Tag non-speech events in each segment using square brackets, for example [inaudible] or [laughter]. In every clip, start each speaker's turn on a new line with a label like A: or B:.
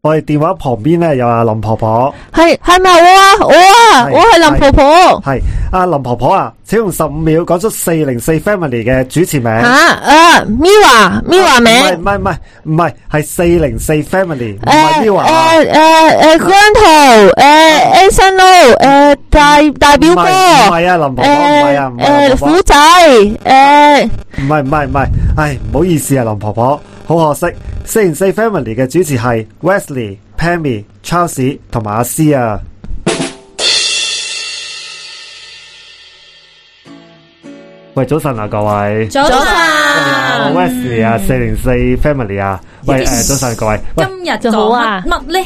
A: 我哋電話旁邊咧有阿林婆婆，
B: 系系咪我啊？我啊，
A: 係
B: 我系林婆婆
A: 係阿林婆婆啊，請用十五秒講出四零四 family 嘅主持名。
B: 吓啊，Mira Mira
A: 唔
B: 名
A: 係唔係唔係，係四零四 family，唔係
B: 诶
A: Miu 啊，
B: 诶诶诶姜涛诶 Anson Lo 诶大大
A: 唔係
B: 表哥
A: 唔係啊，林婆婆唔係啊，唔
B: 诶
A: 係啊
B: 诶
A: 林婆婆
B: 虎仔诶
A: 唔係唔係唔係，唉，唔好意思啊，林婆婆，好可惜，四零四 family 嘅主持係 Wesley、Pammy、Charles 同埋阿詩啊。喂，早晨啊，各位。
C: 早
B: 早
A: 啊
B: 晨
C: 晨，
A: Wesley 啊，四零四 family 啊，喂，
C: Yes
A: 誒，早晨各位，喂，
C: 今日
D: 就
C: 做
D: 好啊
C: 乜乜咧？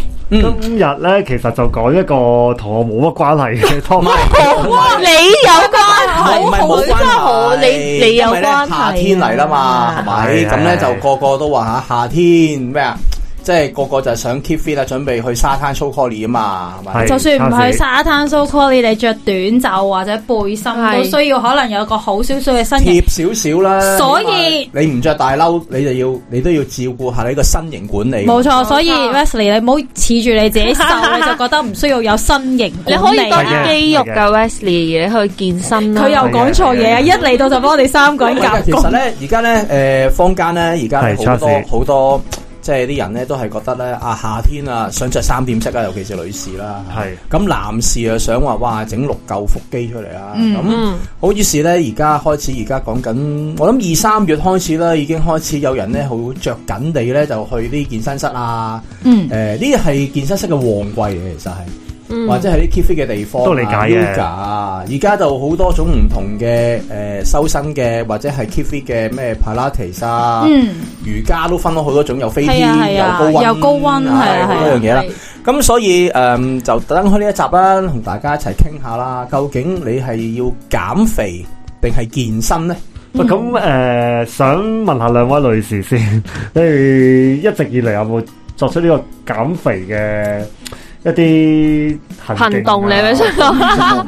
A: 今日咧其實就講一個同我冇乜關係嘅 topic，
B: 哇你有关
D: 唔係
B: 好
D: 冇
B: 真係好
D: 關係，
B: 你你有
D: 因為咧
B: 關係啊
D: 夏天嚟啦嘛，係咪
A: 係？
D: 咁
A: 係
D: 咧就個個都話嚇夏天咩啊？即係個個就想 keep fit 啦，準備去沙灘 show collie 啊嘛，係咪
A: 係？
C: 就算唔
A: 叉
C: 去
A: 子
C: 沙灘 so call，你哋着短袖或者背心
B: 係
C: 都需要，可能有個好少少嘅身形。
D: 貼少少啦，
C: 所以
D: 起碼你唔着大褸，你就要你都要照顧下你個身形管理。
C: 冇
D: 錯，
C: 錯，所以
B: 冇錯
C: Wesley 你唔好恃住你自己瘦，你就覺得唔需要有身 [laughs] 形管理。
B: 你可以多
A: 係嘅
B: 啲肌肉噶 Wesley，你去健身啦。
C: 佢又講錯嘢啊！一嚟到就幫我哋三個人夾
D: 其
C: 攻
D: 實。咧，而家咧，誒坊間咧，而家
A: 係
D: 好多
A: Charles
D: 好多，即係啲人咧都係覺得咧啊夏天啊想着三點式啊，尤其是女士啦。
A: 係
D: 咁男士啊想話哇整六嚿腹肌出嚟啊，咁、
B: 嗯
D: 好於是咧而家開始而家講緊，我諗二三月開始啦，已經開始有人咧好着緊地咧就去啲健身室啊，
C: 嗯
D: 誒呢啲係健身室嘅旺季嚟，其實係。
B: 嗯
D: 或者係啲 keep fit 嘅地方啊，
A: 都理解嘅
D: yoga 啊而家就好多種唔同嘅誒、呃修身嘅，或者係 keep fit 嘅咩 Pilates 啊，
C: 嗯，
D: 瑜伽都分咗好多種，有飛
C: 係
D: 天，
C: 啊係啊，
D: 有高溫，
C: 又高温係啊
D: 好
C: 係
D: 多樣
C: 啊，
D: 嘢啦。咁所以誒、嗯就特登開呢一集啦，同大家一齊傾下啦，究竟你係要減肥定係健身咧？
A: 喂，咁誒、呃想問下兩位女士先， [laughs] 你哋一直以嚟有冇作出呢個減肥嘅一啲行
B: 行
A: 徑
B: 動你
A: 啊
B: 咪想
A: [laughs]
B: 講？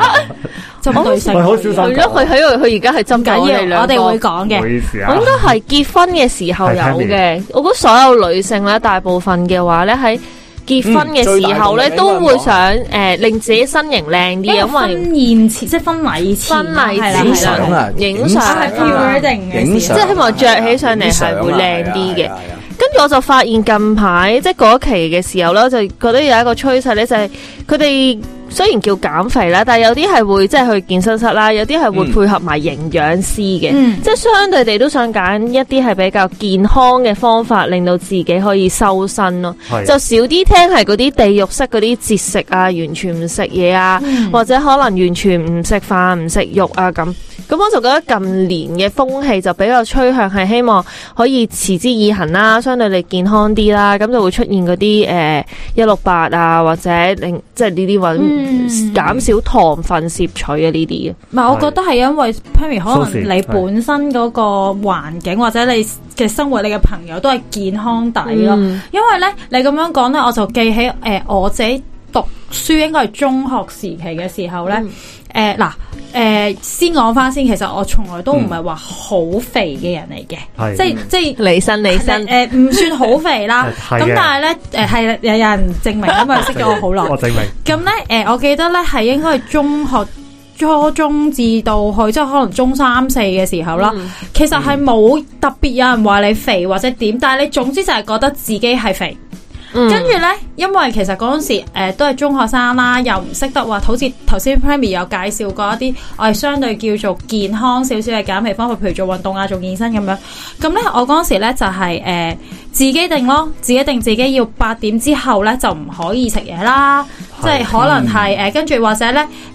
C: 針對性
A: 喂，好小心
B: 係咯，佢
A: 講，
B: 喺度，佢而家係針
C: 唔
B: 緊
C: 緊要，我哋會
B: 會。
A: 唔
C: 講
A: 好
C: 嘅。
A: 意思
B: 我
A: 啊
B: 應。該係結婚嘅時候有嘅。我估所有女性咧，大部分嘅話咧喺結婚嘅時候咧，
D: 嗯最大嘅
B: 都會想诶令自己身形靚啲，啊
C: 因為
B: 因為
C: 婚宴前即係婚禮前啊
B: 婚禮
C: 係啦
B: 前
D: 影
C: 係
D: 相
C: 啦
D: 啊，
B: 影相
C: 啊
B: 啊
C: 係 pre wedding 嘅
D: 影
C: 時
D: 相
C: 候
B: 即係希望着起上嚟係會靚啲嘅
D: 係啊係啊係啊
B: 跟住我就發現近排即係嗰期嘅時候咧，就覺得有一個趨勢咧，就係佢哋雖然叫減肥啦，但係有啲係會即係去健身室啦，有啲係會
D: 嗯
B: 配合埋營養師嘅，
C: 嗯
B: 即係相對地都想揀一啲係比較健康嘅方法，令到自己可以修身咯。
A: 係
B: 就少啲聽係嗰啲地獄式嗰啲節食啊，完全唔食嘢啊，或者可能完全唔食飯唔食肉啊咁。咁我就覺得近年嘅風氣就比較趨向係希望可以持之以恒啦，相對你健康啲啦，咁就會出現嗰啲誒一六八啊，或者令即係呢啲揾
C: 嗯
B: 減少糖分攝取嘅呢啲嘅。
C: 唔係，我覺得係因為 Pammy 可
A: Sophie，
C: 能你本身嗰個環境或者你嘅生活、你嘅朋友都係健康底咯。
B: 嗯
C: 因為咧，你咁樣講咧，我就記起誒、呃我自己讀書應該係中學時期嘅時候咧，誒嗱、呃先講翻先，其實我從來都唔係話好肥嘅人嚟嘅，
A: 係
C: 即係即係。
B: 離身離身，
C: 誒唔算好肥啦，
A: [laughs] 係啊
C: 咁
A: 嘅
C: 但係咧誒係有有人證明，因
A: [laughs]
C: 為識咗我好耐
A: 我。證明
C: 咁咧，誒、我記得咧係應該係中學、初中至到去即係可能中三四嘅時候啦。
B: 嗯
C: 其實係冇特別有人話你肥或者點，但係你總之就係覺得自己係肥。
B: 嗯
C: 跟住咧，因為其實嗰陣時誒、都係中學生啦，又唔識得話，好似頭先 Pammy 有介紹過一啲我哋相對叫做健康少少嘅減肥方法，譬如做運動啊、做健身咁樣。咁咧，我嗰陣時咧就係、呃誒自己定咯，自己定自己要八點之後咧就唔可以食嘢啦，即係可能
A: 嗯
C: 係誒跟住或者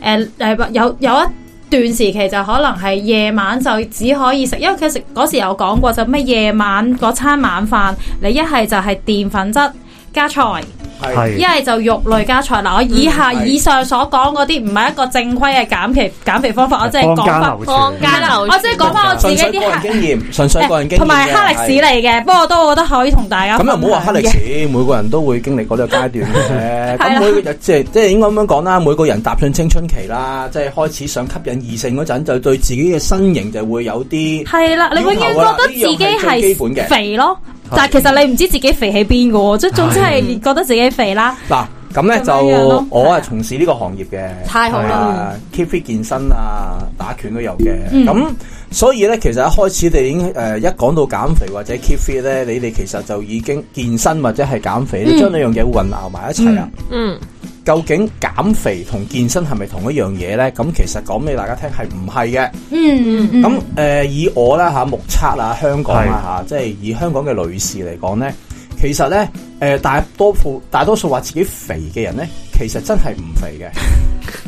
C: 呃咧誒誒有有一段時期就可能係夜晚就只可以食，因為其實嗰時有講過就咩夜晚嗰餐晚飯，你一係就係澱粉質加菜，
D: 係
C: 一
A: 係
C: 係就肉類加菜。嗱，我以下
D: 嗯係
C: 以上所講嗰啲唔係一個正規嘅減肥減肥方法，我即
A: 坊
C: 係講
A: 間
C: 翻
A: 流
B: 坊
A: 傳
B: 間
C: 係啦，
B: 流
C: 我即係講翻我自
D: 純
C: 己
D: 粹個
C: 啲
D: 人
C: 黑
D: 經驗，純粹個人經驗
C: 同埋
D: 啫
C: 黑歷史嚟嘅，不過都我覺得可以同大家
D: 咁又唔好話黑歷
C: 分享嘅。
D: 史，每個人都會經歷嗰個階
C: [laughs]
D: 段嘅。
C: 啊係啦
D: 咁每個即係即係應該咁樣講啦，每個人踏上青春期啦，即係開始想吸引異性嗰陣，就對自己嘅身形就會有啲啊
C: 係啦，你永遠覺得自己
D: 呢樣係最基本嗯
C: 係
D: 嘅
C: 肥咯，但係其實你唔知自己肥喺邊嘅喎，即係總之係覺得自己肥啦，
D: 嗱，咁咧
C: 咁樣樣咯
D: 就我係從事呢個行業嘅，
C: 太好啦
D: 啊，keep fit 健身啊，打拳都有嘅。
C: 嗯
D: 咁、所以咧，其實一開始你已經誒、呃一講到減肥或者 keep fit 咧，你哋其實就已經健身或者係減肥，你
C: 嗯
D: 將兩樣嘢混淆埋一齊啊啦。
B: 嗯，
D: 究竟減肥同健身係咪同一樣嘢咧？咁其實講俾大家聽係唔係嘅。
C: 嗯嗯
D: 咁誒、呃以我啦嚇目測啊，香港
A: 係
D: 啊嚇，即係以香港嘅女士嚟講咧，其實咧誒、呃大多數大多數話自己肥嘅人咧，其實真係唔肥嘅。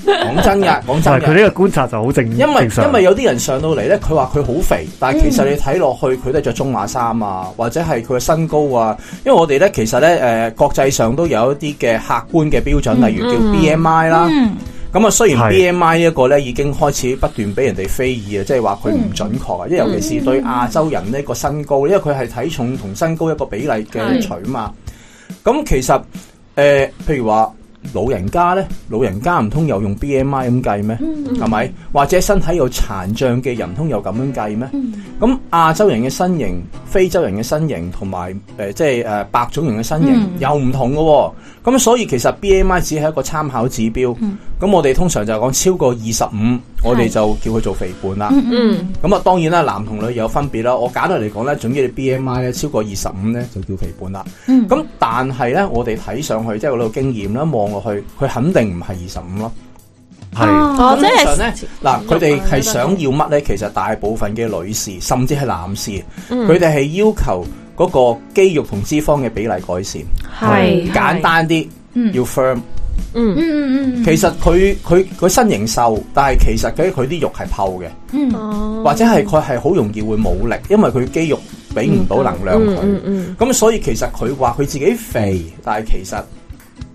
D: 講真㗎，講真
A: 但係佢
D: 㗎，
A: 呢個觀察就好正，
D: 因為
A: 嗯正常
D: 因為有啲人上到嚟咧，佢話佢好肥，但係其實你睇落去佢都係着中碼衫
A: 嗯
D: 啊，或者係佢嘅身高啊。因為我哋咧其實咧誒、呃、國際上都有一啲嘅客觀嘅標準，例如叫
B: 嗯
D: BMI 啦。
C: 嗯
D: 咁啊，雖然
A: 係
D: BMI 呢一個咧已經開始不斷俾人哋非議啊，即係話佢唔準確啊，
C: 嗯
D: 因為尤其是對亞洲人呢個身高，因為佢係體重同身高一個比例嘅
B: 係
C: 嗯
D: 取嘛。咁其實誒、呃譬如話老人家咧，老人家唔通又用 BMI 咁計咩？
C: 嗯
D: 係咪？或者身體有殘障嘅人，唔通又咁樣計咩？
C: 嗯
D: 咁亞洲人嘅身形、非洲人嘅身形同埋誒即係誒白種人嘅身形、
C: 嗯
D: 又唔同嘅喎、咁所以其實 BMI 只係一個參考指標。咁、
C: 嗯
D: 我哋通常就講超過二十五，我哋就叫佢做肥胖啦。
C: 嗯
B: 嗯
D: 咁啊，當然啦，男同女有分別啦。我簡單嚟講咧，總之你 BMI 咧超過二十五咧就叫肥胖啦。
C: 嗯
D: 咁但係咧，我哋睇上去即係我哋嘅經驗啦，望落去佢肯定唔係二十五咯。
A: 係
B: 哦，即
D: 通常咧
B: 係，
D: 嗱，佢哋係想要乜咧？其實大部分嘅女士，甚至係男士，
B: 嗯
D: 佢哋係要求嗰個肌肉同脂肪嘅比例改善，
B: 係
D: 簡，單啲，
C: 嗯
D: 要 firm。
C: 嗯
B: 嗯，
C: 嗯嗯，
D: 其實佢佢佢身形瘦，但係其實佢佢啲肉係透嘅，
C: 嗯
B: 哦
D: 或者係佢係好容易會冇力，因為佢肌肉俾唔到能量
B: 嗯
D: 佢
B: 嗯。嗯
D: 咁所以其實佢話佢自己肥，但係其實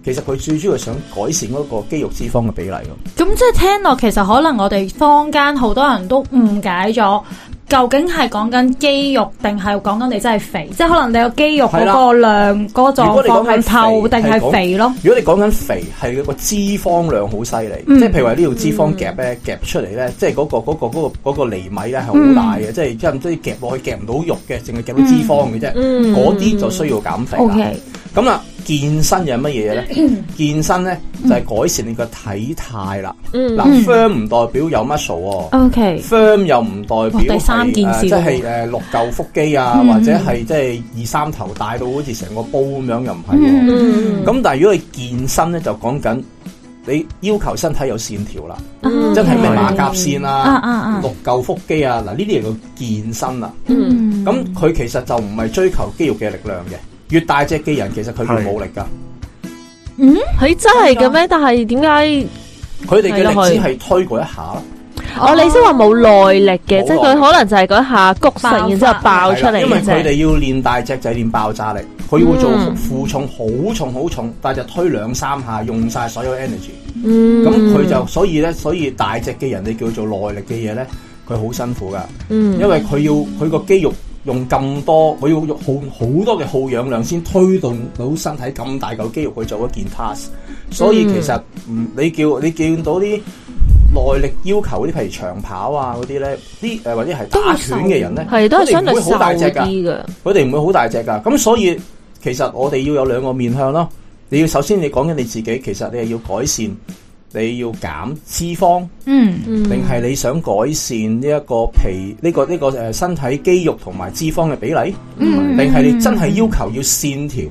D: 其實佢最主要係想改善嗰個肌肉脂肪嘅比例咯。
C: 咁即係聽落，其實可能我哋坊間好多人都誤解咗。究竟係講緊肌肉定係講緊你真係肥？即係可能你個肌肉嗰個量、嗰個
D: 如
C: 狀
D: 果你講緊
C: 況係
D: 肥
C: 透定係肥咯？
D: 如果你講緊肥，係個脂肪量好犀利，
C: 嗯
D: 即係譬如話呢度脂肪夾咧夾出嚟咧，即係嗰、個嗰、個嗰、個嗰、個厘米咧係好
B: 嗯
D: 大嘅，即係即係即係夾落去夾唔到肉嘅，淨係夾到脂肪嘅啫。
B: 嗯
D: 嗰啲、就需要減肥
C: O
D: 啦。
C: K，
D: 咁啦、健身又係乜嘢咧？
B: [coughs]
D: 健身咧就係、改善你個體態啦。
B: 嗯
D: 嗱、firm 唔代表有 muscle 喎、
C: O K，
D: firm 又唔代
C: 哦
D: 表
C: 哇第三件
D: 係呃
C: 事
D: 誒即
C: 喎
D: 係誒六嚿腹肌啊，
C: 嗯
D: 或者係即係二三頭大到好似成個煲咁樣，又唔係喎。
C: 嗯
D: 咁、但係如果你健身咧，就講緊你要求身體有線條啦，
C: Ờ.
B: 嗯
D: 真係咩
A: 係
D: 馬甲線啦、
C: 啊啊啊
D: 六嚿腹肌啊，嗱呢啲叫健身啦。
B: 嗯
C: 嗯
D: 咁佢、其實就唔係追求肌肉嘅力量嘅，越大隻嘅人其實佢越冇力㗎。
B: 佢真係嘅咩？但係點解？
D: 佢哋嘅
B: 係咯
D: 力只係推過一下啦，
B: 哦，你先話冇耐力嘅，
D: 冇
B: 即係佢
D: 耐力
B: 可能就係嗰下谷實，然之後爆出嚟
D: 因為
B: 嘅
D: 佢
B: 啫。
D: 哋要練大隻就係練爆炸力，佢會做
B: 嗯
D: 負重好重好重，但係就推兩三下用晒所有 energy，
B: 嗯
D: 咁佢、就所以咧，所以大隻嘅人你叫做耐力嘅嘢咧，佢好辛苦噶，
B: 嗯
D: 因為佢要佢個肌肉用咁多，佢要用好好多嘅耗氧量先推動到身體咁大嚿肌肉去做一件 task，所以其實
B: 嗯
D: 唔你叫你見到啲。耐力要求嗰啲，譬如長跑啊嗰啲咧，啲誒或者係打拳嘅人咧，
B: 係都係
D: 佢哋
B: 相
D: 唔
B: 對
D: 會
B: 瘦
D: 好大隻
B: 啲
D: 㗎。
B: 嘅。
D: 佢哋唔會好大隻噶。咁所以其實我哋要有兩個面向咯。你要首先你講緊你自己，其實你係要改善，你要減脂肪，
C: 嗯
B: 嗯
D: 定係你想改善呢一個皮呢、個呢、個誒身體肌肉同埋脂肪嘅比例，
C: 嗯
D: 定係你真係要求要線條？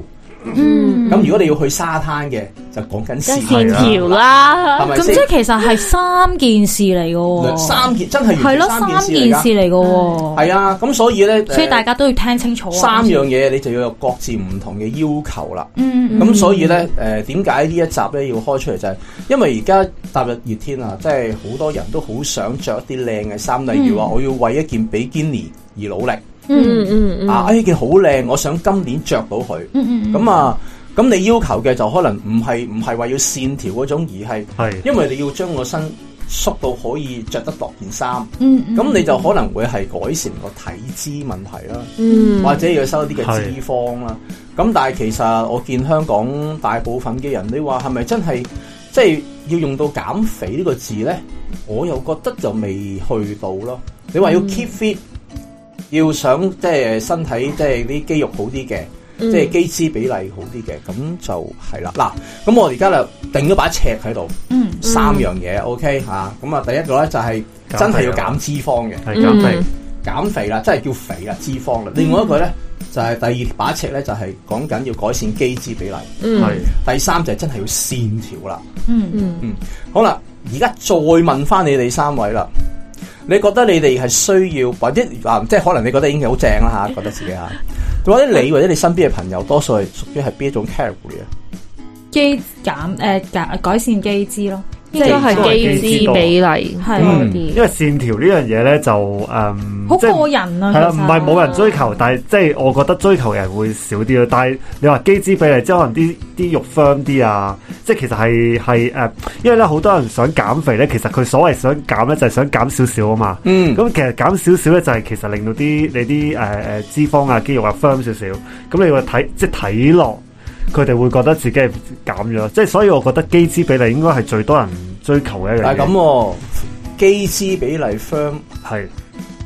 C: 嗯
D: 咁如果你要去沙灘嘅，就講緊
B: 梗係
D: 線
B: 線條
D: 係
B: 啦，
D: 咪
C: 咁即
D: 先
C: 係？其實係三件事嚟嘅喎，
D: 兩三件真係
C: 係
D: 完
C: 咯，
D: 全
C: 三
D: 三件
C: 件
D: 事嚟
C: 事
D: 㗎。
C: 嚟嘅喎，
D: 係啊，咁所以咧，
C: 所以大
D: 誒
C: 家都要聽清楚啊
D: 三樣，嘢你就要有各自唔同嘅要求啦。
C: 嗯，
D: 咁所以咧，誒點解呢一集咧要開出嚟就係、因為而家踏入熱天啊，即係好多人都好想着一啲靚嘅衫，例
C: 嗯
D: 如話我要為一件比堅尼而努力、
B: 嗯嗯嗯，
D: 啊，呢件好靚，我想今年着到佢。
C: 嗯嗯
D: 咁啊，咁你要求嘅就可能唔係唔係話要線條嗰種，而係
A: 係
D: 因為你要將個身縮到可以着得落件衫，咁、
C: 嗯嗯，
D: 你就可能會係改善個體脂問題啦。
B: 嗯
D: 或者要收啲嘅脂肪啦。咁但係其實我見香港大部分嘅人，你話係咪真係即係要用到減肥呢個字咧？我又覺得就未去到咯。你話要 keep fit，要想即係身體即係啲肌肉好啲嘅，
B: 嗯
D: 即係肌脂比例好啲嘅，咁就係啦。嗱，咁我而家就定咗把尺喺度，
C: 嗯
D: 三樣嘢，OK 吓、咁啊，第一個咧就係、
A: 減肥
D: 真係要
A: 啊
D: 減脂肪嘅，
A: 係減肥
B: 嗯
D: 減肥啦，真係叫肥啦，脂肪啦。
A: 嗯
D: 另外一個咧就係、第二把尺咧，就係講緊要改善肌脂比例。
A: 係
B: 嗯
D: 第三就係真係要線條啦。
C: 嗯
B: 嗯
D: 好啦，而家再問翻你哋三位啦，你覺得你哋係需要或者啊，即係可能你覺得已經好正
A: [laughs]
D: 啦吓，覺得自己吓，或者你或者你身邊嘅朋友多數係屬於係邊一種 category 啊？
C: 肌減誒減改善肌脂咯，
B: 應該係肌脂比例
C: 係
B: 多
A: 嗯因
B: 啲，
A: 為線條呢樣嘢咧就誒，
C: 好
A: 即係
C: 個人啊，
A: 係啦，
C: 其
A: 唔
C: 實
A: 係冇人追求，但係即係我覺得追求嘅人會少啲咯。但係你話肌脂比例，即係可能啲啲肉 firm 啲啊，即係其實係係誒，呃因為咧好多人想減肥咧，其實佢所謂想減咧就係想減少少啊嘛。
D: 嗯
A: 咁其實減少少咧，就係其實令到啲你啲誒誒脂肪啊、肌肉啊 firm 少少，咁你會睇即係睇落，佢哋會覺得自己係減咗，即係所以我覺得肌脂比例應該係最多人追求嘅一樣
D: 但係咁
A: 嘢，
D: 喎，肌脂比例 firm
A: 係。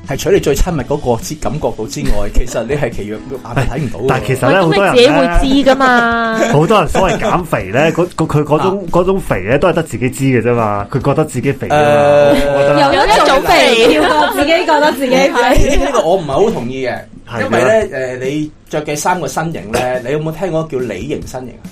D: 係除你最親密嗰個之感覺到之外，其實你係其餘眼睇唔到嘅喎。
A: 但係其實
B: 喂
A: 咧，好多
B: 咁
A: 人
B: 你自己會
A: 咧，
B: 知噶 [laughs] 啊嘛？
A: 好多人所謂減肥
B: [laughs]
A: 咧，嗰嗰佢嗰種嗰種肥咧，都係得自己知嘅啫嘛，佢覺得自己肥啫嘛，
D: 誒
A: 我覺得
B: 有一種肥，
C: 跳過自己覺得自己
D: 呢
C: 係
D: 呢個我唔係好同意嘅，
A: 係
D: 因為咧誒、你着嘅衫個身形咧，你有冇聽過叫梨形身形啊？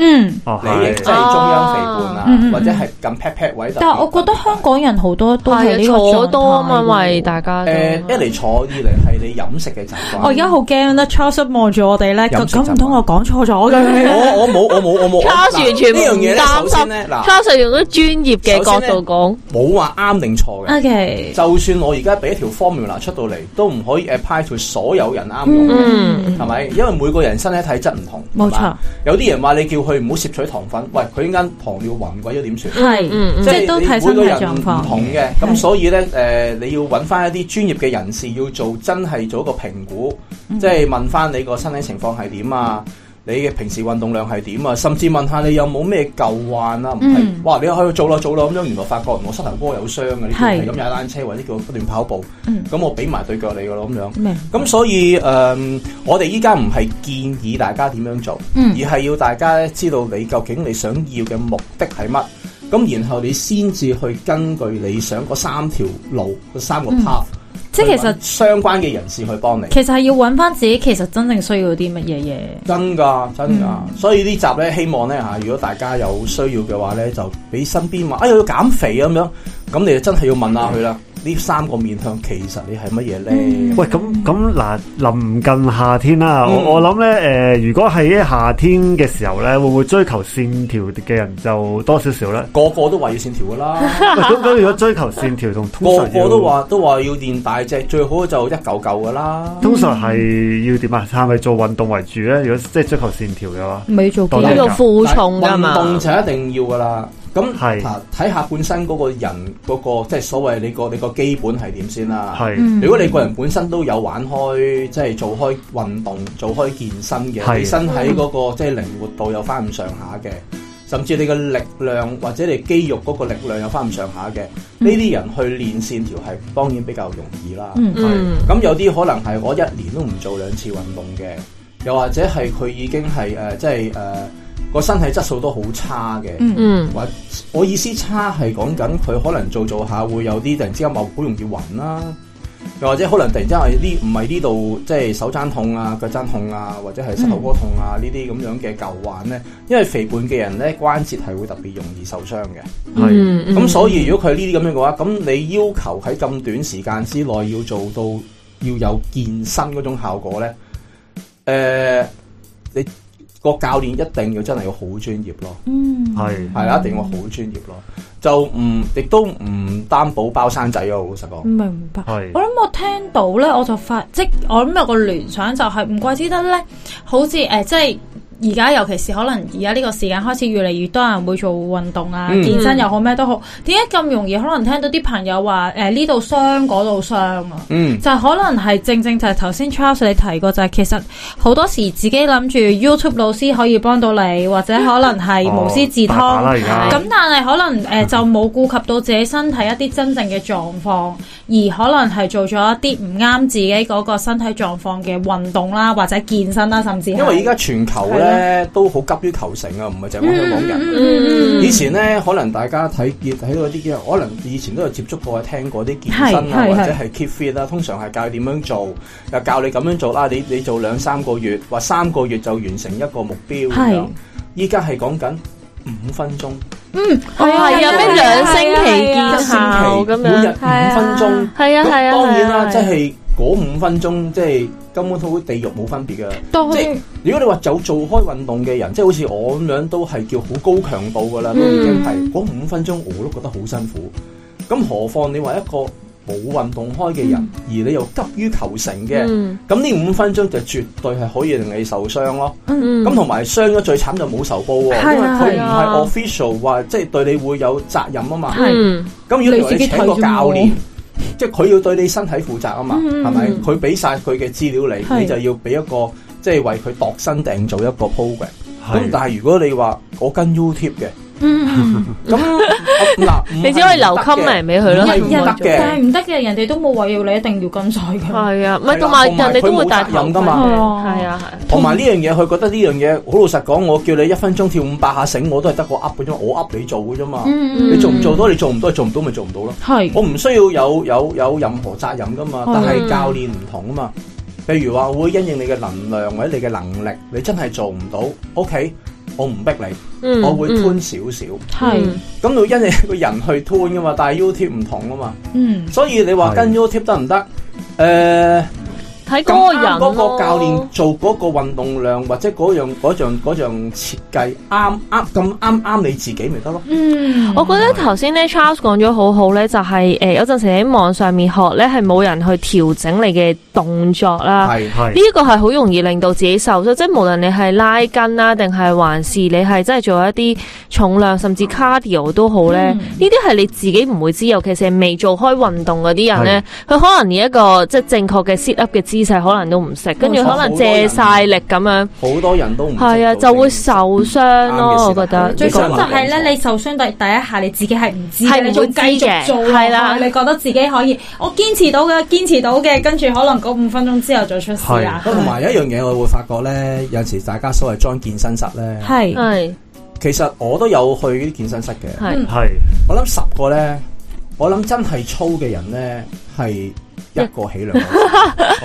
C: 嗯。
A: 哦
D: 梨形即係
A: 係
D: 中央肥胖
C: 哦嗯
D: 啊
C: 嗯，嗯
D: 或者係近 pat pat 位特別。
C: 但係我覺得香港人好多都係呢個
B: 坐多啊嘛，
C: 狀態
B: 咪大家都
D: 誒一嚟坐，二嚟係你飲食嘅習慣。
C: 我而家好驚咧，Charles 望住我哋咧，咁
D: 飲食習慣
C: 咁唔啊通我講錯咗嘅？
D: 我我冇我冇我冇。
B: Charles
D: 嗱
B: 完全
D: 呢樣嘢
B: 唔
D: 咧，首
B: 擔
D: 先
B: 心
D: 咧嗱，
B: ，Charles 用咗專業嘅角度講，
D: 冇話啱定錯
C: 哎 [laughs]
D: 嘅。
C: OK，
D: 就算我而家俾一條 formula 出到嚟，都唔可以 apply to 所有人啱用嘅，
B: 嗯
D: 係咪？因為每個人身體體質唔同，
C: 冇錯
D: 係嘛。有啲人話你叫佢唔好攝取糖分，喂，佢依間糖尿暈鬼咗點算？
C: 係，
B: 嗯
C: 即係都睇身體狀
D: 唔
C: 況。
D: 同嘅，咁所以咧，誒、你要揾翻一啲專業嘅人士，要做真係做一個評估，
C: 嗯
D: 即係問翻你個身體情況係點啊，你嘅平時運動量係點啊，甚至問下你有冇咩舊患啊，唔係、
C: 嗯
D: 哇，你可以做啦做啦咁樣，原來發覺我膝頭哥有傷啊嘅，呢叫
C: 係
D: 係咁踩單車或者叫我不斷跑步，咁、
C: 嗯
D: 我俾埋對腳你噶咯咁樣。
C: 明，
D: 咁所以誒、嗯我哋依家唔係建議大家點樣做，
C: 嗯
D: 而係要大家知道你究竟你想要嘅目的係乜，咁然後你先至去根據你想嗰三條路、嗰三個 path，、
C: 嗯即係其實
D: 相關嘅人士去幫你。
C: 其實係要揾翻自己，其實真正需要啲乜嘢嘢。
D: 真㗎，真㗎，
C: 嗯
D: 所以呢集咧，希望咧嚇，如果大家有需要嘅話咧，就俾身邊話，哎呀要減肥啊咁樣，咁你就真係要問下佢啦。呢三個面向其實你係乜嘢咧？
C: 嗯
A: 喂，咁咁嗱，臨近夏天啦，
D: 嗯
A: 我我諗咧，誒，如果喺夏天嘅時候咧，會唔會追求線條嘅人就多少少咧？
B: [laughs]
D: 個個都話要線條㗎啦。
A: 喂咁咁如果追求線條同通
D: 個
A: 常
D: 個
A: 要
D: 都話都話要練大隻，最好就一嚿嚿噶啦。
A: 通常係要點啊？係咪做運動為主咧？如果即係追求線條嘅話，
C: 咪要做肌
A: 多
B: 呢
C: 肉
A: 啲，
B: 度負重噶嘛
D: 運，動就一定要噶啦。咁
A: 係
D: 嗱睇下本身嗰個人嗰、個即係所謂你個你個基本係點先啦。
A: 係
C: 嗯
D: 如果你個人本身都有玩開，即係做開運動、做開健身嘅，
A: 係
D: 你身體嗰、個即係靈活度有翻咁上下嘅，甚至你嘅力量或者你肌肉嗰個力量有翻咁上下嘅，呢啲人去練線條係當然比較容易啦。
C: 嗯
B: 嗯
D: 咁有啲可能係我一年都唔做兩次運動嘅，又或者係佢已經係誒、呃即係誒個身體質素都好差嘅。
C: 嗯
B: 嗯
D: 或我意思差係講緊佢可能做做下會有啲突然之間話好容易暈啦，又或者可能突然之間係呢唔係呢度即係手踭痛啊、腳踭痛啊，或者係膝頭哥痛啊呢啲咁樣嘅舊患咧，因為肥胖嘅人咧關節係會特別容易受傷嘅。
A: 係
B: 嗯，
D: 咁所以如果佢係呢啲咁樣嘅話，咁你要求喺咁短時間之內要做到要有健身嗰種效果咧，誒、你個教練一定要真係要好專業咯，
C: 嗯，
A: 係
D: 係啊，一定要好專業咯，就唔亦都唔擔保包生仔咯，老實講。
C: 明白。我
A: 係
C: 諗我聽嗯到咧，我就發即我諗有個聯想就係唔怪之得咧，好似誒、呃即係而家尤其是可能而家呢個時間開始越嚟越多人會做運動啊、
D: 嗯
C: 健身又好咩都好，點解咁容易可能聽到啲朋友話誒呢度傷嗰度傷啊？
D: 嗯，
C: 就可能係正正就係頭先 Charles 你提過，就係、其實好多時自己諗住 YouTube 老師可以幫到你，或者可能係無師自
A: 哦大把啦
C: 通。
A: 而家
C: 咁但係可能誒、呃就冇顧及到自己身體一啲真正嘅狀況，而可能係做咗一啲唔啱自己嗰個身體狀況嘅運動啦，或者健身啦，甚至係
D: 因為依家全球咧都好急於求成啊，唔係淨係講
C: 嗯
D: 香港人。
B: 嗯
D: 以前咧，可能大家睇見睇到啲嘅，可能以前都有接觸過、聽過啲健身
C: 係
D: 啊，
C: 係
D: 或者係 keep fit 啦。通常係教你點樣做，又教你咁樣做啊啦。你你做兩三個月，或三個月就完成一個目標咁樣
C: 係。
D: 依家係講緊五分鐘，
B: 哦係啊，咩兩星期
C: 啊
B: 見
D: 一星
B: 效咁
D: 期每日
B: 樣，
D: 五分鐘。
B: 係啊
D: 咁
B: 係啊，
D: 當然啦，
B: 係啊
D: 即係嗰五分鐘，即係根本好地獄冇分別嘅。
C: 都
D: 即係如果你話有做開運動嘅人，即係好似我咁樣，都係叫好高強度噶啦，
B: 嗯
D: 都已經係嗰五分鐘我都覺得好辛苦。咁何況你話一個冇運動開嘅人，而你又急於求成嘅，
B: 嗯
D: 咁呢、五分鐘就絕對係可以令你受傷咯。
B: 嗯
D: 咁同埋傷咗最慘就冇仇報喎，因為佢
B: 係
D: 唔
B: 啊
D: 係 official 話即係對你會有責任啊嘛。
C: 係
B: 嗯
D: 咁如果你
C: 你自己
D: 請
C: 睇
D: 個
C: 啫
D: 教
C: 喎
D: 練，即係佢要對你身體負責啊嘛，
C: 嗯
D: 係咪
C: 嗯？
D: 佢俾晒佢嘅資料你，
C: 係
D: 你就要俾一個即係為佢度身訂做一個 program。咁
A: 係
D: 但係如果你話我跟 YouTube 嘅，
C: 嗯。
D: 咁嗱，唔係
B: 你只可以留
D: 唔得嘅
B: comment 俾佢咯
D: 唔係
C: 人
D: 唔得
C: 但係
D: 嘅，
C: 唔得嘅，哦人哋都冇話要你一定要跟晒嘅。
B: 係啊，唔係同
D: 係啦
B: 埋
D: 同埋
B: 人哋都會戴
D: 佢冇責
B: 頭
D: 任㗎
B: 盔
D: 嘛
B: 係啊係啊。
D: 同埋呢樣嘢，佢覺得呢樣嘢好老實講，我叫你一分鐘跳五百下繩，我都係得個 up 嘅啫，我 up 你做嘅啫嘛。
C: 嗯
D: 你做唔做？到？你做唔到，做唔到咪做唔到咯。
C: 係
D: 我唔需要有有有任何責任噶嘛，但係
B: 嗯
D: 教練唔同啊嘛。譬如話會因應你嘅能量或者你嘅能力，你真係做唔到，OK，我唔逼你，
B: 嗯
D: 我會
B: 嗯
D: turn 少少。
C: 係
B: 嗯
D: 咁到因你個人去 turn 噶嘛，但係 YouTube 唔同啊嘛，
C: 嗯
D: 所以你話
A: 係
D: 跟 YouTube 得唔得？誒、
B: 睇
D: 咁
B: 嗰個人
D: 啱嗰個教練
B: 咯
D: 做嗰個運動量或者嗰樣嗰樣嗰樣設計啱啱咁啱啱你自己咪得咯。
C: 嗯
B: 我覺得頭先咧 Charles 講咗好好咧，就係、誒、有陣時喺網上面學咧，係冇人去調整你嘅動作啦。
D: 係
B: 呢
A: 係
B: 個係好容易令到自己受傷，即係無論你係拉筋啦，定係還是你係真係做一啲重量甚至 cardio 都好咧。
C: 嗯
B: 呢啲係你自己唔會知，尤其是係未做開運動嗰啲人咧，佢可能連一個即係正確嘅 sit up 嘅姿勢可能都唔識，跟住可能借晒力咁樣，
D: 好多人都唔識
B: 係啊，
D: 做
B: 就會
D: 呢啲
B: 受傷咯。
D: 啱嘅
B: 我覺啊得
D: 事
C: 最
D: 你
C: 慘
D: 想
C: 就係咧，你受傷第第一下你自己係唔知
B: 係
C: 嘅，
B: 唔
C: 你仲繼
B: 會知嘅
C: 續做
B: 係啦
C: 落去你覺得自己可以，我堅持到嘅，堅持到嘅，跟住可能嗰五分鐘之後再出事啦。
D: 咁同埋有一樣嘢，我會發覺咧，有陣時大家所謂 join 健身室咧，
B: 係
C: 係
B: 嗯
D: 其實我都有去啲健身室嘅。
B: 係
C: 嗯
A: 係
D: 我諗十個咧，我諗真係粗嘅人咧係一個起
B: [laughs]
D: 兩個。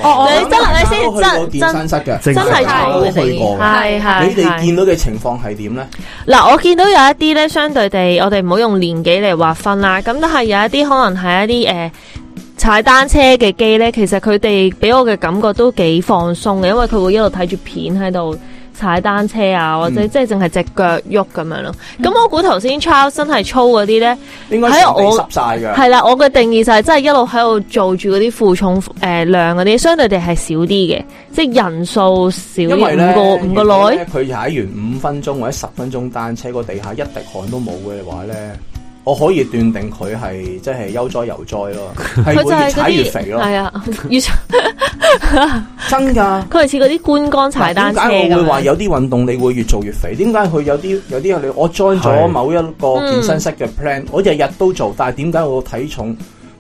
C: 哦
D: 我諗
B: 你真係
D: 大家
B: 你先
D: 都去過
B: 真
D: 健身室嘅，
A: 真
B: 真係
D: 大家
B: 粗
D: 都
B: 嘅
D: 去過嘅。
B: 係係
D: 你哋
B: 係
D: 見到嘅情況係點咧？
B: 嗱，我見到有一啲咧，相對地，我哋唔好用年紀嚟劃分啦。咁但係有一啲可能係一啲誒、呃踩單車嘅機咧，其實佢哋俾我嘅感覺都幾放鬆嘅，因為佢會一路睇住片喺度踩單車啊，或者
D: 嗯啊
B: 即係淨係只腳喐咁樣咯。咁、我估頭先 Charles 真係粗嗰啲咧，
D: 應該
B: 喺
D: 成地
B: 啊我
D: 濕晒㗎。
B: 係啦，我嘅定義就係真係一路喺度做住嗰啲負重誒、呃量嗰啲，相對地係少啲嘅，即係人數少
D: 因為咧，
B: 五個五個
D: 如果
B: 內
D: 咧。佢踩完五分鐘或者十分鐘單車，個地下一滴汗都冇嘅話咧，我可以斷定佢係即係悠哉悠哉咯，係
B: [laughs] 佢就
D: 會越
B: 係嗰
D: 踩越
B: 啲，
D: 肥咯，
B: 係啊，越
D: 真㗎。
B: 佢係似嗰啲觀光踩單車
D: 點解我會話
B: 咁樣。
D: 有啲運動你會越做越肥？點解佢有啲有啲你我 join 咗
A: 係
D: 某一個健身室嘅
B: 嗯
D: plan，、我日日都做，但係點解我體重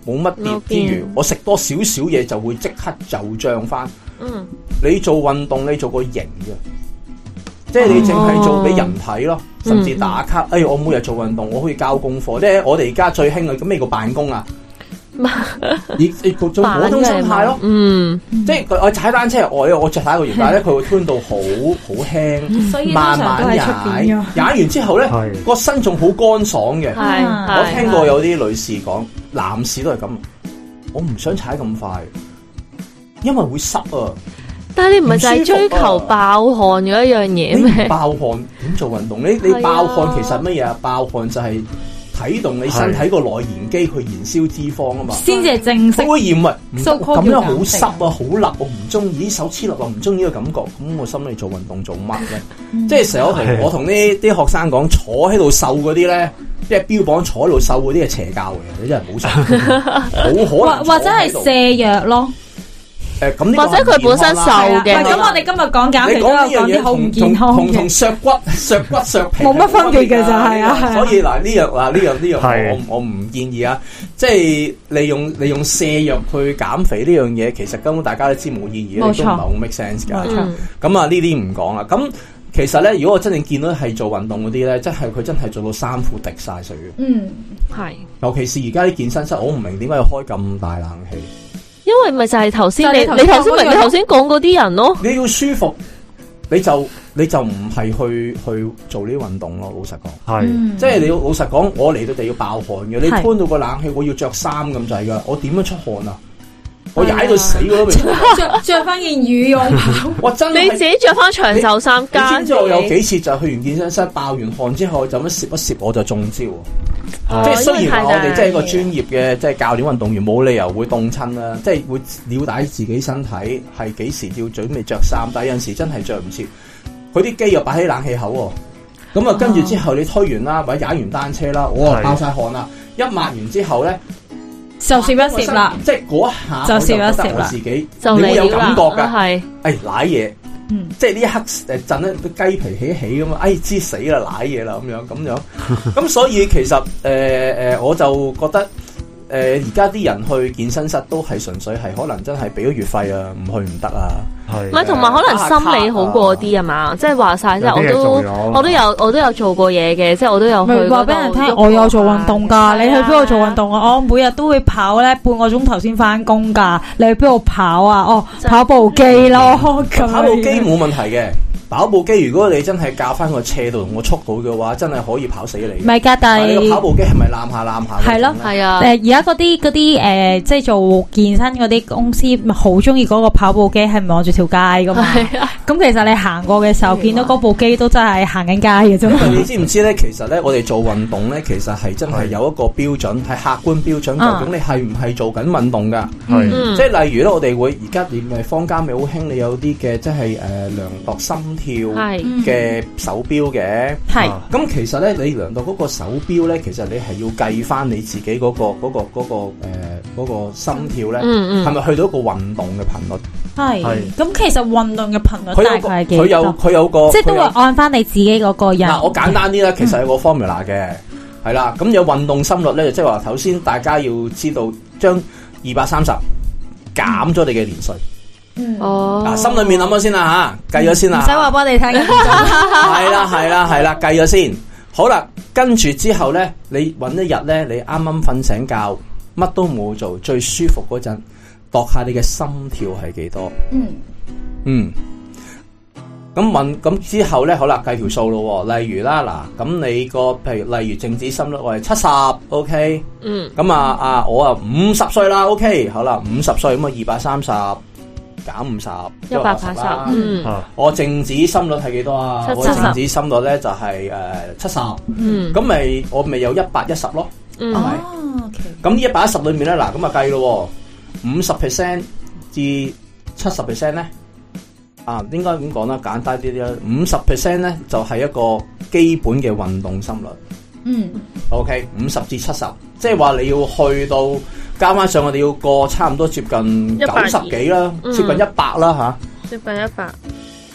D: 冇乜跌
B: 冇
D: 之
B: 變
D: 餘，我食多少少嘢就會即刻就漲翻？
B: 嗯，
D: 你做運動你做個型嘅，即係你淨係做俾人睇
C: 哦
D: 咯，甚至打卡。
C: 嗯
D: 哎，我每日做運動，我可以交功課。即係我哋而家最興嘅咁咩叫辦
C: [laughs]
D: 公啊？以你做做嗰種心態咯。
B: 嗯，
D: 即係佢我踩單車，我我着下一個月，但係咧佢會穿到好好輕，
C: 所以通
D: 慢
C: 常都
D: 慢
C: 係出
D: 踩，
C: 邊㗎。
D: 踩完之後咧
A: 係
D: 個身仲好乾爽嘅。
B: 係。
C: 啊
D: 我
B: 係
D: 聽過有啲女士講，男士都係咁，我唔想踩咁快，因為會濕啊，
B: 但係你唔係就係追求爆汗嗰一樣
D: 你
B: 嘢
D: 唔
B: 咩？
D: 爆汗點做運動？你你
B: 係啊
D: 爆汗其實乜嘢啊？爆汗就係啟動你身體個內燃機去燃燒脂肪啊嘛。
C: 先至係正式
D: 佢。會嫌喂，唔
C: So
D: 得
C: called
D: 咁樣好濕啊，
C: 叫減
D: 好辣，我唔中意，手黐立又唔中意呢個感覺，咁我心裏做運動做乜
B: [laughs] 嗯
D: 咧？即係成日我
A: 係
D: 同我同啲啲學生講，坐喺度瘦嗰啲咧，即係標榜坐喺度瘦嗰啲係邪教嚟嘅，你真係唔好
B: [laughs]
D: 信，好可
C: 或
D: 能
C: 或者係瀉藥咯，
D: 誒咁呢個
B: 或者佢本身瘦
C: 係啊
B: 嘅
C: 喂咁我哋今日講減肥
D: 你
C: 都有
D: 講
C: 講
D: 呢樣
C: 啲
D: 嘢
C: 好唔
D: 同
C: 健康
D: 同同
C: 嘅，
D: 削骨、 [laughs] 削骨、削皮
C: 冇乜分別嘅
D: 㗎
C: 就係啊係啊
D: 所以嗱呢樣嗱呢樣呢
A: 係
D: 樣我唔我唔建議啊，即係利用利用瀉藥去減肥呢樣嘢，其實根本大家都知冇意義，你都唔
C: 冇錯
D: 係好 make sense 㗎
C: 冇。錯
B: 嗯
D: 咁啊呢啲唔講啦。咁其實咧，如果我真正見到係做運動嗰啲咧，真係佢真係做到衫褲滴晒水嘅。
C: 嗯，
B: 系。
D: 尤其是而家啲健身室，我唔明點解要開咁大冷氣。
B: 因为咪就系头先你
C: 就係
B: 你
C: 你
B: 头
C: 頭先
B: 先咪
C: 講嗰樣
B: 你头先讲嗰啲人咯，
D: 你要舒服，你就你就唔係去去做呢啲運動咯。老實講。
C: 嗯
A: 系
D: 即係你要老實講，我嚟到地要爆汗嘅，你
B: 係
D: 搬到個冷氣，我要着衫咁滯噶，我點樣出汗啊？我踩到死我都 [laughs] 未出汗，
C: 着着翻件羽絨
D: [laughs]
C: 袍，
D: 我真
B: 你自
D: 係。
B: 己着翻长袖衫
D: 你
B: 加
D: 知唔知我有
B: 自己
D: 幾次就去完健身室爆完汗之後就咁攝一攝我就中招啊喎，
B: 哦
C: 啊
D: 即係雖
B: 因為
D: 然
B: 太
D: 話我哋
B: 大
D: 即係一個專業嘅即係教練運動員，冇理由會凍親啦，即係會了解自己身體係幾時要準備着衫，但係有陣時真係着唔切，佢啲肌肉擺喺冷氣口喎，咁啊跟住之後你推完啦或者踩完單車啦，我啊
A: 係
D: 爆晒汗啦，一抹完之後咧。
C: 就攝一攝啦，
D: 即係嗰一下
C: 就攝一攝啦
D: 我就覺得我自己，
B: 就
D: 你會有
B: 嚟
D: 感
B: 啦啊
D: 覺㗎，
B: 系
D: 誒舐嘢，
C: 嗯
D: 即係呢一刻誒震得雞皮起起咁啊，哎知死啦舐嘢啦咁樣
C: [laughs]
D: 咁樣，咁所以其實誒誒、呃我就覺得。誒而家啲人去健身室都係純粹係可能真係俾咗月費啊，唔去唔得啊。
B: 唔系
A: 系
B: 同埋可能心理好过啲啊嘛，即系话晒即系我
A: 有啲嘢
B: 都
A: 做咗
B: 我都有我都有做过嘢嘅，即系我都有去
C: 咪話
B: 话
C: 俾人聽，我有做運動
B: 啊
C: 㗎。你去邊度做運？動啊？我每日都會跑咧半個鐘頭先翻工㗎。你去邊度跑啊？哦，
B: 真係
C: 跑步機咯，咁樣
D: 跑步機冇問題嘅，跑步機如果你真係教翻個斜度同個速度嘅話，真係可以跑死
C: 唔
D: 你。
C: 係㗎，但
D: 但係你個跑
C: 係
D: 步機係咪攬下攬下嗰種
C: 係咯
D: 咧
B: 系啊，
C: 诶而家嗰啲嗰啲诶，誒即係做健身嗰啲公司，咪好中意嗰個跑步機係望住條街
B: [laughs]
C: 㗎嘛。
B: 系啊，
C: 咁其實你行過嘅時候，見到嗰部機都真係行緊街嘅啫嘛。
D: 你知唔知咧？其實咧，我哋做運動咧，其實係真係有一個標準，係客觀標準，
C: 啊
D: 究竟你係唔係做緊運動㗎？
A: 系
B: 嗯
D: 即，係例如咧，我哋會而家你咪坊間咪好興，你有啲嘅即係誒呃量度心跳
B: 系
D: 嘅手錶嘅。
C: 係
A: 啊
D: 咁其實咧，你量度嗰個手錶咧，其實你係要計翻你自己嗰、個嗰、個嗰、個呃嗰個心跳咧，
B: 嗯
D: 係
B: 嗯，
D: 咪、去到一個運動嘅頻率？
C: 係。
A: 係
C: 咁其實運動嘅頻
D: 佢
C: 率
D: 有
C: 大
D: 個
C: 概係幾
D: 佢有
C: 多？
D: 佢有個
C: 即係都
D: 佢
C: 會
D: 有
C: 按翻你自己嗰個人。嗯
D: 嗱，我簡單啲啦，其實有個 formula 嘅，係啦，咁有運動心率咧，就即係話頭先大家要知道將二百三十減咗你嘅年歲，
C: 嗯
B: 哦，
D: 啊嗱，心裏面諗咗先啦吓，計咗先啊
C: 唔
D: 啦，
C: 使
D: [laughs]
C: 話俾你聽。
D: 係啦係啦係啦，計咗先，好啦，跟住之後咧，你揾一日咧，你啱啱瞓醒覺，乜都冇做，最舒服嗰陣，度下你嘅心跳係幾多？
C: 嗯
D: 嗯，咁問咁之後咧，好啦，計條數咯喎。例如啦，嗱，咁你個譬如例如靜止心率我係七十，OK，
B: 嗯
D: 咁啊啊，我啊五十歲啦，OK，好啦，五十歲咁啊二百三十減五十，
B: 一百八十，嗯
A: 啊
D: 我靜止心率係幾多啊？
B: 70
D: 我靜止心率咧就係誒七十，
B: 嗯
D: 咁咪我咪有一百一十咯。
B: 嗯
D: 係，
C: Ờ. 哦，OK，
D: 咁呢一百一十裏面咧，嗱咁啊計咯喎，五十 percent 至七十 percent 咧，啊應該咁講啦，簡單啲啲啦，五十 percent 咧就係、一個基本嘅運動心率
C: 嗯
D: ，OK，五十至七十，即係話你要去到加翻上，我哋要過差唔多接近九
B: 120
D: 十幾啦，
B: 嗯
D: 接近一百啦吓。
B: 接近一百，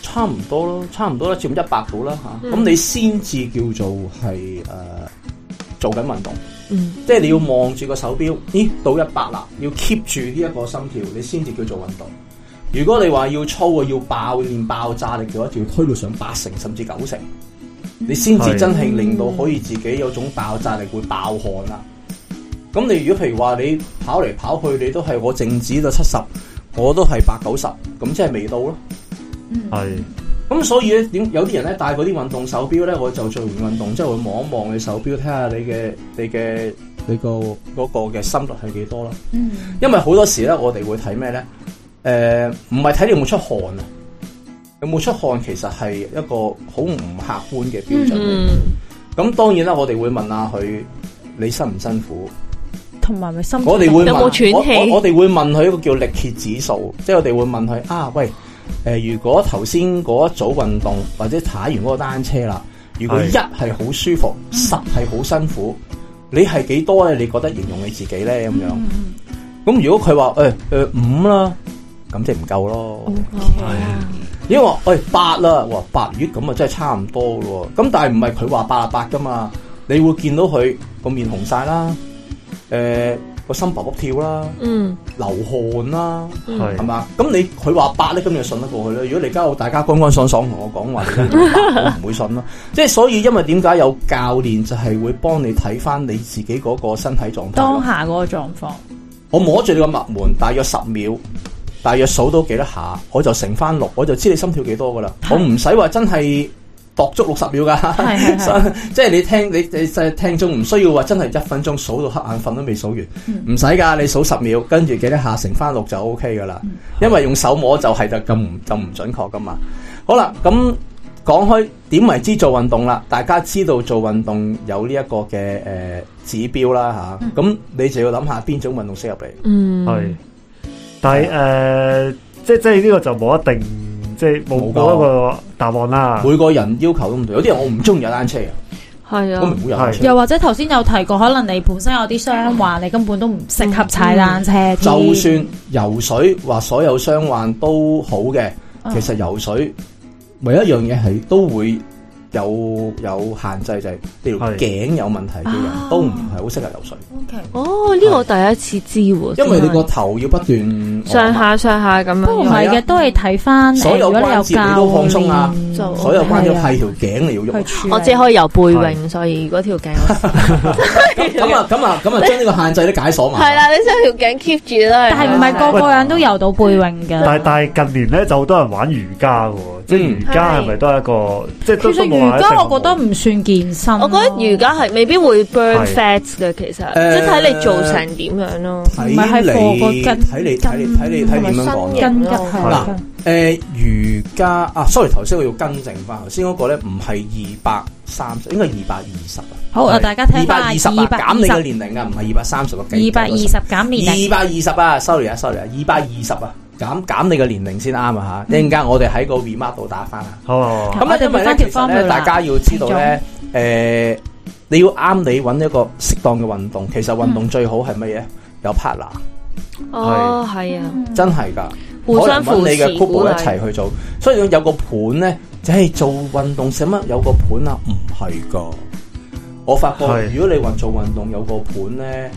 D: 差唔多咯，差唔多啦，接近一百度啦吓，咁、你先至叫做係誒、呃做緊運動。
B: 嗯
D: 即係你要望住個手錶，咦到一百啦，要 keep 住呢一個心跳，你先至叫做運動。如果你話要操啊，要爆練爆炸力嘅話，就要推到上八成甚至九成，你先至
A: 係
D: 真係令到可以自己有種爆炸力會爆汗啦。咁你如果譬如話你跑嚟跑去，你都係我靜止到七十，我都係八九十，咁即係未到咯。
A: 系
D: 咁所以咧，點有啲人咧戴嗰啲運動手錶咧，我就做完運動之後會望一望你手錶，睇下你嘅你嘅你個嗰個嘅心率係幾多啦。
C: 嗯
D: 因為好多時咧，我哋會睇咩咧？誒、唔係睇你有冇出汗啊？有冇出汗其實係一個好唔客觀嘅標準嚟。
B: 嗯
D: 咁、當然啦，我哋會問下佢你辛唔辛苦？
C: 同埋咪心
D: 我哋會
B: 有
D: 問，
B: 冇
D: 我
B: 喘氣
D: 我我哋會問佢一個叫力竭指數，即係我哋會問佢啊，喂，誒、如果頭先嗰一組運動或者踩完嗰個單車啦，如果
A: 係
D: 一係好舒服，
B: 嗯
D: 十係好辛苦，你係幾多咧？你覺得形容你自己咧咁樣？
B: 嗯
D: 咁如果佢話誒誒五啦，咁即係唔夠咯。
B: 嗯
C: 哦
D: 啊
C: 嗯
D: 因為話喂八啦，哇八月咁啊真係差唔多咯喎。咁但係唔係佢話八啊八噶嘛？你會見到佢個面紅晒啦，誒、個心卜卜跳啦，
B: 嗯，
D: 流汗啦，
A: 係
D: 係嘛？咁你佢話八咧，咁你就信得過佢啦。如果你交大家乾乾爽爽同我講話，你真係八我唔會信咯。即係所以，因為點解有教練就係會幫你睇翻你自己嗰個身體狀態咯。
C: 當下嗰個狀況，
D: 我摸住你個脈門，大約十秒，大約數到幾多下，我就乘翻六，我就知你心跳幾多噶啦。我唔使話真係度足六十秒噶，
C: 係係係，
D: [laughs] 即係你聽你你細聽眾唔需要話真係一分鐘數到黑眼瞓都未數完，
C: 嗯
D: 唔使噶，你數十秒，跟住幾多下乘翻六就 O K 噶啦。
C: 嗯
D: 因為用手摸就係就咁唔就唔準確噶嘛。好啦，咁講開點為之做運動啦？大家知道做運動有呢一個嘅誒、呃指標啦吓，咁、你就要諗下邊種運動適合你。
B: 嗯，
A: 系，但
D: 啊
A: 系诶、誒即即係呢個就冇一定，即係冇
D: 冇㗎
A: 冇一個答案啦。
D: 每個人要求都唔同，有啲人我唔中意踩單車嘅，
B: 系
D: 我
B: 啊
D: 唔，會踩單車。
C: 又或者頭先有提過，可能你本身有啲傷患，你根本都唔適合踩單車。
D: 就算游水話所有傷患都好嘅，
C: 嗯
D: 其實游水唯一一樣嘢係都會有有限制，就係你條
A: 係
D: 頸有問題嘅
C: 啊
D: 人都唔係好適合游水，
C: OK，
B: 哦，呢個我第一次知喎，
D: 因為你個
B: 真係
D: 頭要不斷
B: 上下上下咁
C: 不過唔
B: 樣，
C: 係
D: 係
C: 嘅，
D: 啊
C: 都係睇翻。
D: 所有
C: 誒如果你有
D: 關節你都放鬆啊
B: 就
C: 教
D: 所有關節
C: 係啊
D: 係條頸你要
C: 練
D: 喐。
C: 去處理，
B: 我只可以游背泳，所以嗰條頸我
D: 咁啊咁啊咁啊，將呢個限制都解鎖埋。
B: 係，啦，你將條頸 keep 住啦，
C: 但係唔係個個人都游到背泳嘅。
A: 但係但係近年咧就好多人玩瑜伽嘅喎，
D: 嗯
A: 即係瑜伽係咪都係一個即係
C: 其
A: 都
C: 實
A: 都冇
C: 瑜
A: 話一定
C: 伽
A: 好
C: 我覺得唔算健身咯，
B: 我覺得瑜伽係未必會 burn
A: 係
B: fat 嘅，其實即
D: 誒
B: 係睇你做成點樣咯。
D: 睇
C: 唔係係
D: 你
C: 課個筋
D: 睇你睇你睇你睇你點樣
B: 同埋
D: 講
B: 身
D: 嘅
B: 形。
C: 筋骨係
A: 啊
C: 啦
D: 嗱誒瑜伽啊，sorry，頭先我要更正翻，頭先嗰個咧唔係二百三十，應該二百二十啊，
C: 好啊，大家聽
D: 二百
C: 翻
D: 二十啊，
C: 二百
D: 減
C: 二
D: 你嘅
C: 十，
D: 年齡啊，唔係二百三十個
C: 二百二十減年齡
D: 二百二十啊，sorry 啊，sorry 啊，二百二十啊，減減你嘅年齡先啱啊嚇，一陣間我哋喺個 remark 度打翻啊。
A: 好啊
C: 好
D: 咁咧，因為
C: 我哋
D: 咧，
C: 翻條
D: 其實
C: formula
D: 咧，大家要知道咧，誒、你要啱你揾一個適當嘅運動。其實運
B: 嗯
D: 動最好係乜嘢？有 partner，
B: 哦，係啊，
D: 真係㗎。
B: 嗯互相
D: 可能
B: 扶
D: 揾你
B: 持
D: 嘅 c
B: 鼓
D: o 一
B: 勵。
D: 齊去做，所以有個伴咧，就係做運動使乜有個伴啊？唔係噶，我發覺
A: 係
D: 如果你話做運動有個伴咧，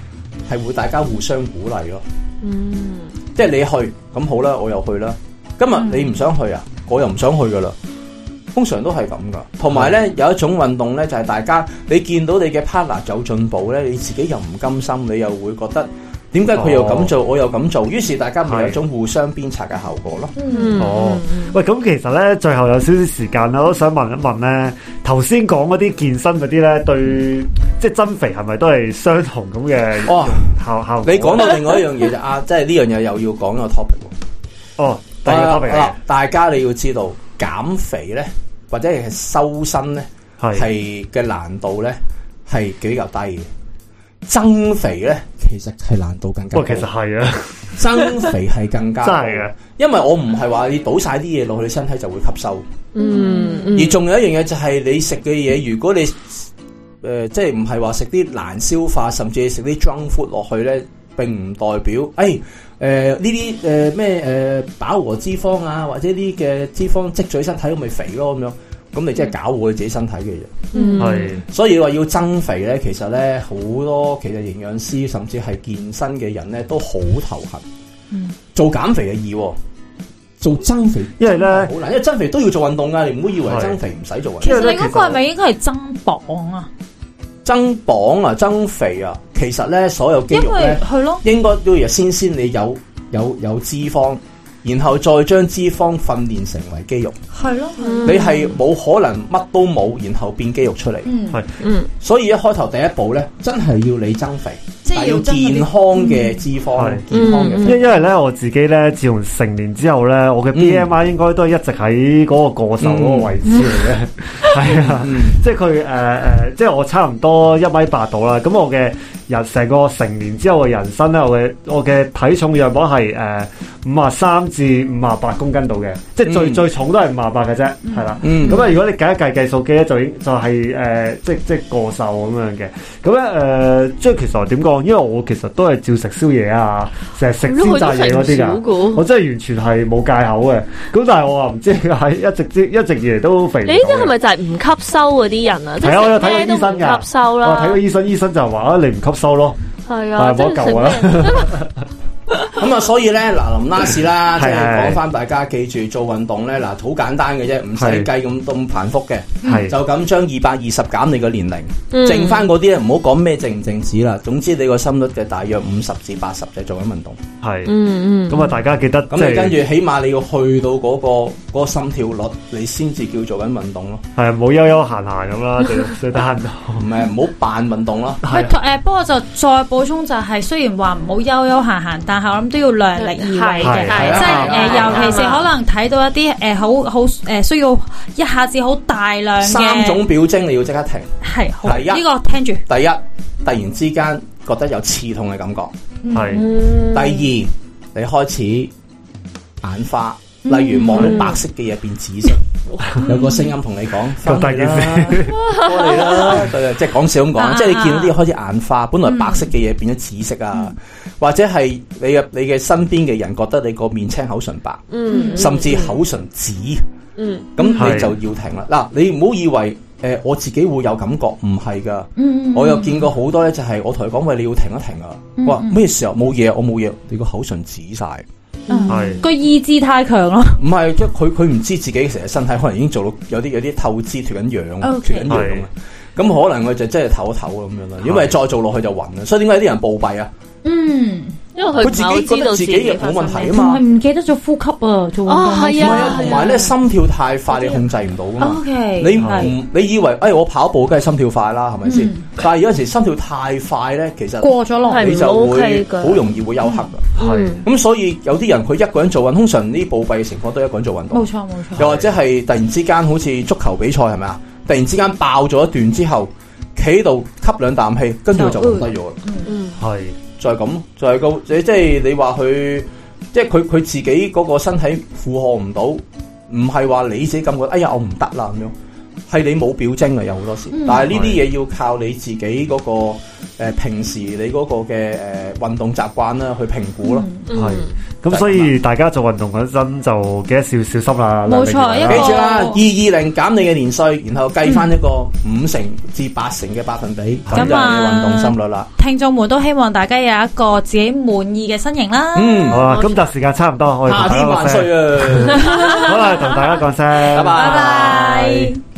D: 係會大家互相鼓勵咯。
B: Ừ. 嗯，
D: 即係你去咁好啦，我又去啦。今日
A: 嗯
D: 你唔想去啊，我又唔想去噶啦。通常都係咁噶。同埋
A: 嗯
D: 咧，有一種運動咧，就係、大家你見到你嘅 partner 有進步咧，你自己又唔甘心，你又會覺得點解佢
A: 哦
D: 又咁做，我又咁做，於是大家咪有一種互相鞭策嘅效果咯。
B: 嗯
A: 哦，喂，咁其實咧，最後有少少時間啦，我都想問一問咧，頭先講嗰啲健身嗰啲咧，對即係增肥係咪都係相同咁嘅
D: 哦，
A: 效效果？啊
D: 你講到另外一樣嘢就
A: [laughs]
D: 啊，即係呢樣嘢又要講個 topic 喎。
A: 哦，第二個 topic 嚟
D: 啊大家你要知道減肥咧，或者係修身咧，
A: 嘅係
D: 係嘅難度咧係比較低嘅。增肥咧，其實係難度更加
A: 不
D: 高。
A: 過其實係啊，
D: 增肥係更加
A: 真係嘅，
D: 因為我唔係話你倒晒啲嘢落去，你身體就會吸收。
B: Ừ. 嗯，
D: 而
B: 嗯
D: 仲有一樣嘢就係你食嘅嘢，如果你誒、呃即係唔係話食啲難消化，甚至食啲 junk food 落去咧，並唔代表誒誒呢啲誒咩誒飽和脂肪啊，或者啲嘅脂肪積聚喺身體咁咪肥咯咁樣。咁你即係搞好你自己身體嘅嘢，
B: Ừ.
A: 係
D: 所以話要增肥咧，其實咧好多其實營養師甚至係健身嘅人咧都好頭痕。
C: 嗯
D: 做減肥嘅易喎，做增肥
A: 因為咧
D: 好。難，因為增肥都要做運動㗎，你唔好以為
A: 係
D: 增肥唔使做運動
C: 其。實你嗰個係咪應該係增磅啊？
D: 增磅啊、增肥啊，其實咧所有肌
C: 因
D: 肉
C: 為
D: 咧
C: 係咯，
D: 應該都要先先你有有有脂肪，然後再將脂肪訓練成為肌肉。
C: 係咯，
B: 嗯
D: 你係冇可能乜都冇，然後變肌肉出嚟。
C: 嗯，
A: 係
B: 嗯
D: 所以一開頭第一步咧，真係要你增肥，
C: 即即係
D: 但
C: 要
D: 要
C: 真係嗯
D: 健
C: 啲
D: 康嘅脂肪
A: 係，
D: 健康嘅
C: 嗯
A: 因因為咧，我自己咧，自從成年之後咧，我
D: 嗯
A: 嘅 BMI 應該都係一直喺嗰個過手嗰個位置 [laughs]
D: 嗯
A: 嚟嘅，係啊，即係佢誒誒，即係我差唔多一米八到啦。咁我嘅人成個成年之後嘅人生咧，我嘅我嘅體重樣磅係誒五啊三至五啊八公斤度嘅，即係最、
D: 嗯
A: 最重都係五啊八嘅啫，係啦。
D: 嗯
A: 咁啊，如果你計一計計數機咧，就已經就係、誒、即即係過瘦咁樣嘅。咁咧誒，即係其實點講？因為我其實都係照食宵夜啊，成日食
B: 咁佢
A: 煎
B: 都
A: 炸嘢嗰啲
B: 食唔少
A: 㗎。
B: 噶。
A: 我真係完全係冇戒口嘅。咁但係我話唔知係一直之一直以嚟都肥唔
B: 你
A: 到
B: 呢
A: 嘅。
B: 啲係咪就係唔吸收嗰啲人啊？即
A: 係啊我有睇
B: 係
A: 過
B: 食咩都
A: 醫生
B: 唔
A: 㗎
B: 吸收
A: 我睇
B: 啦
A: 過。醫生，醫生就話啊，你唔吸收咯。
B: 係啊，即
A: 但係冇得
B: 係食
A: 救啊
B: 咩？
D: 咁啊，所以咧嗱，林拉士啦，即係
A: 係係
D: 講翻大家記住做運動咧，嗱好簡單嘅啫，唔使
A: 係
D: 計咁咁繁複嘅，
A: 係
D: 就咁將二百二十減你個年齡，
B: 嗯
D: 剩翻嗰啲咧唔好講咩靜唔靜止啦，總之你個心率嘅大約五十至八十就係做緊運動，
A: [laughs] 係。 [laughs]
B: 嗯嗯，
A: 咁啊，大家記得即
D: 咁你跟住
A: 係
D: 起碼你要去到嗰、個嗰個心跳率，你先至叫做緊運動咯，
A: 係冇悠悠閒閒咁啦，最最得閒
B: [laughs]
A: 到。
D: 唔係唔好扮運動咯。
C: 喂，誒、不過就再補充就係、雖然話唔好悠悠閒閒，但係我諗都要量力而
A: 係
C: 為嘅，
A: 係
C: 即係誒、啊
D: 係
C: 尤其是可能睇到一啲誒、好好誒、需要一下子好大量嘅
D: 三種表徵你要即刻停。
C: 係好
D: 第一
C: 呢個聽住，
D: 第一，突然之間覺得有刺痛嘅感覺；
A: 係
B: 嗯
D: 第二，你開始眼花，
B: 嗯
D: 例如望到白色嘅嘢變紫色，有個聲音同
B: [laughs]
D: 你講：
A: 咁大
D: 翻嚟
A: 件
D: 啦，
A: 事，
D: 過嚟啦！對即係講笑咁
C: 啊
D: 講，即係你見到啲嘢開始眼
B: 啊
D: 花，本來白色嘅嘢變咗紫色
B: 嗯
D: 啊，或者係你嘅你嘅身邊嘅人覺得你個面青口唇白，
B: 嗯
D: 甚至口唇紫。
B: 嗯
D: 咁
A: 係
D: 你就要停啦。嗱，你唔好以為诶、呃我自己會有感覺，唔係噶。
C: 嗯
D: 我又見過好多咧，就係我同佢講喂，你要停一停啊。我話咩時候冇嘢，我冇嘢，你個口唇紫晒。
A: [laughs] 係
C: 個意志太強咯，
D: 唔係，即係佢佢唔知自己成日身體可能已經做到有啲有啲透支脱緊氧，脱
C: OK
D: 緊氧咁啊。咁可能佢就真係唞一唞咁樣啦，因為再做落去就暈啦。所以點解啲人暴斃啊？
C: 嗯，
B: 因為
D: 佢
B: 佢唔係
D: 自己
B: 好知
D: 覺
B: 道
D: 得自己
B: 己
D: 又冇問題啊
C: 同
D: 嘛
C: 埋。唔記得咗呼吸啊，哦做運動
B: 哦係
D: 唔係
B: 啊
D: 啊，同埋咧心跳太快，你控制唔到噶嘛。
C: ，O K，
D: 你唔你以為誒、哎、我跑步梗係心跳快啦，係咪先？
C: 嗯
D: 但係有陣時心跳太快咧，其實
C: 過咗落
B: 係
C: 去，
D: 你就會
B: OK 㗎
D: 好容易會休克㗎。
A: 係
B: 嗯
D: 咁所以有啲人佢一個人做運，通常呢暴斃嘅情況都一個人做運
C: 冇
D: 動，
C: 錯冇錯，
D: 又或者係突然之間好似足球比賽係咪啊？突然之間爆咗一段之後，企喺度吸兩啖氣，跟住佢就
C: 就
D: 暈低咗啦。
B: 嗯
A: 係
D: 就係咁，就係個即即係你話佢，即係佢佢自己嗰個身體負荷唔到，唔係話你自己感覺，哎呀我唔得啦咁樣，係你冇表徵啊，有好多時。但係呢啲嘢要靠你自己嗰、個、呃、平時你嗰個嘅誒、呃、運動習慣啦去評估咯。
A: 係
B: 嗯。
A: 咁所以大家做運動嗰陣就記得少小心啦。
C: 冇
A: [laughs]
C: 錯
A: 因
C: 因
D: 記
C: 為
D: 住啦，二
C: 哦
D: 二零減你嘅年歲，然後計翻一個五成至八成嘅百分比，咁就係你運動心率啦。
C: 聽眾們都希望大家有一個自己滿意嘅身形啦。
D: 嗯，
A: 好啦，今集時間差唔多，我哋
D: 夏
A: 同大家
D: 啊天萬
A: 講聲，
D: 歲啊！
A: 好啦，同大家講聲，
D: 拜拜
C: 拜拜。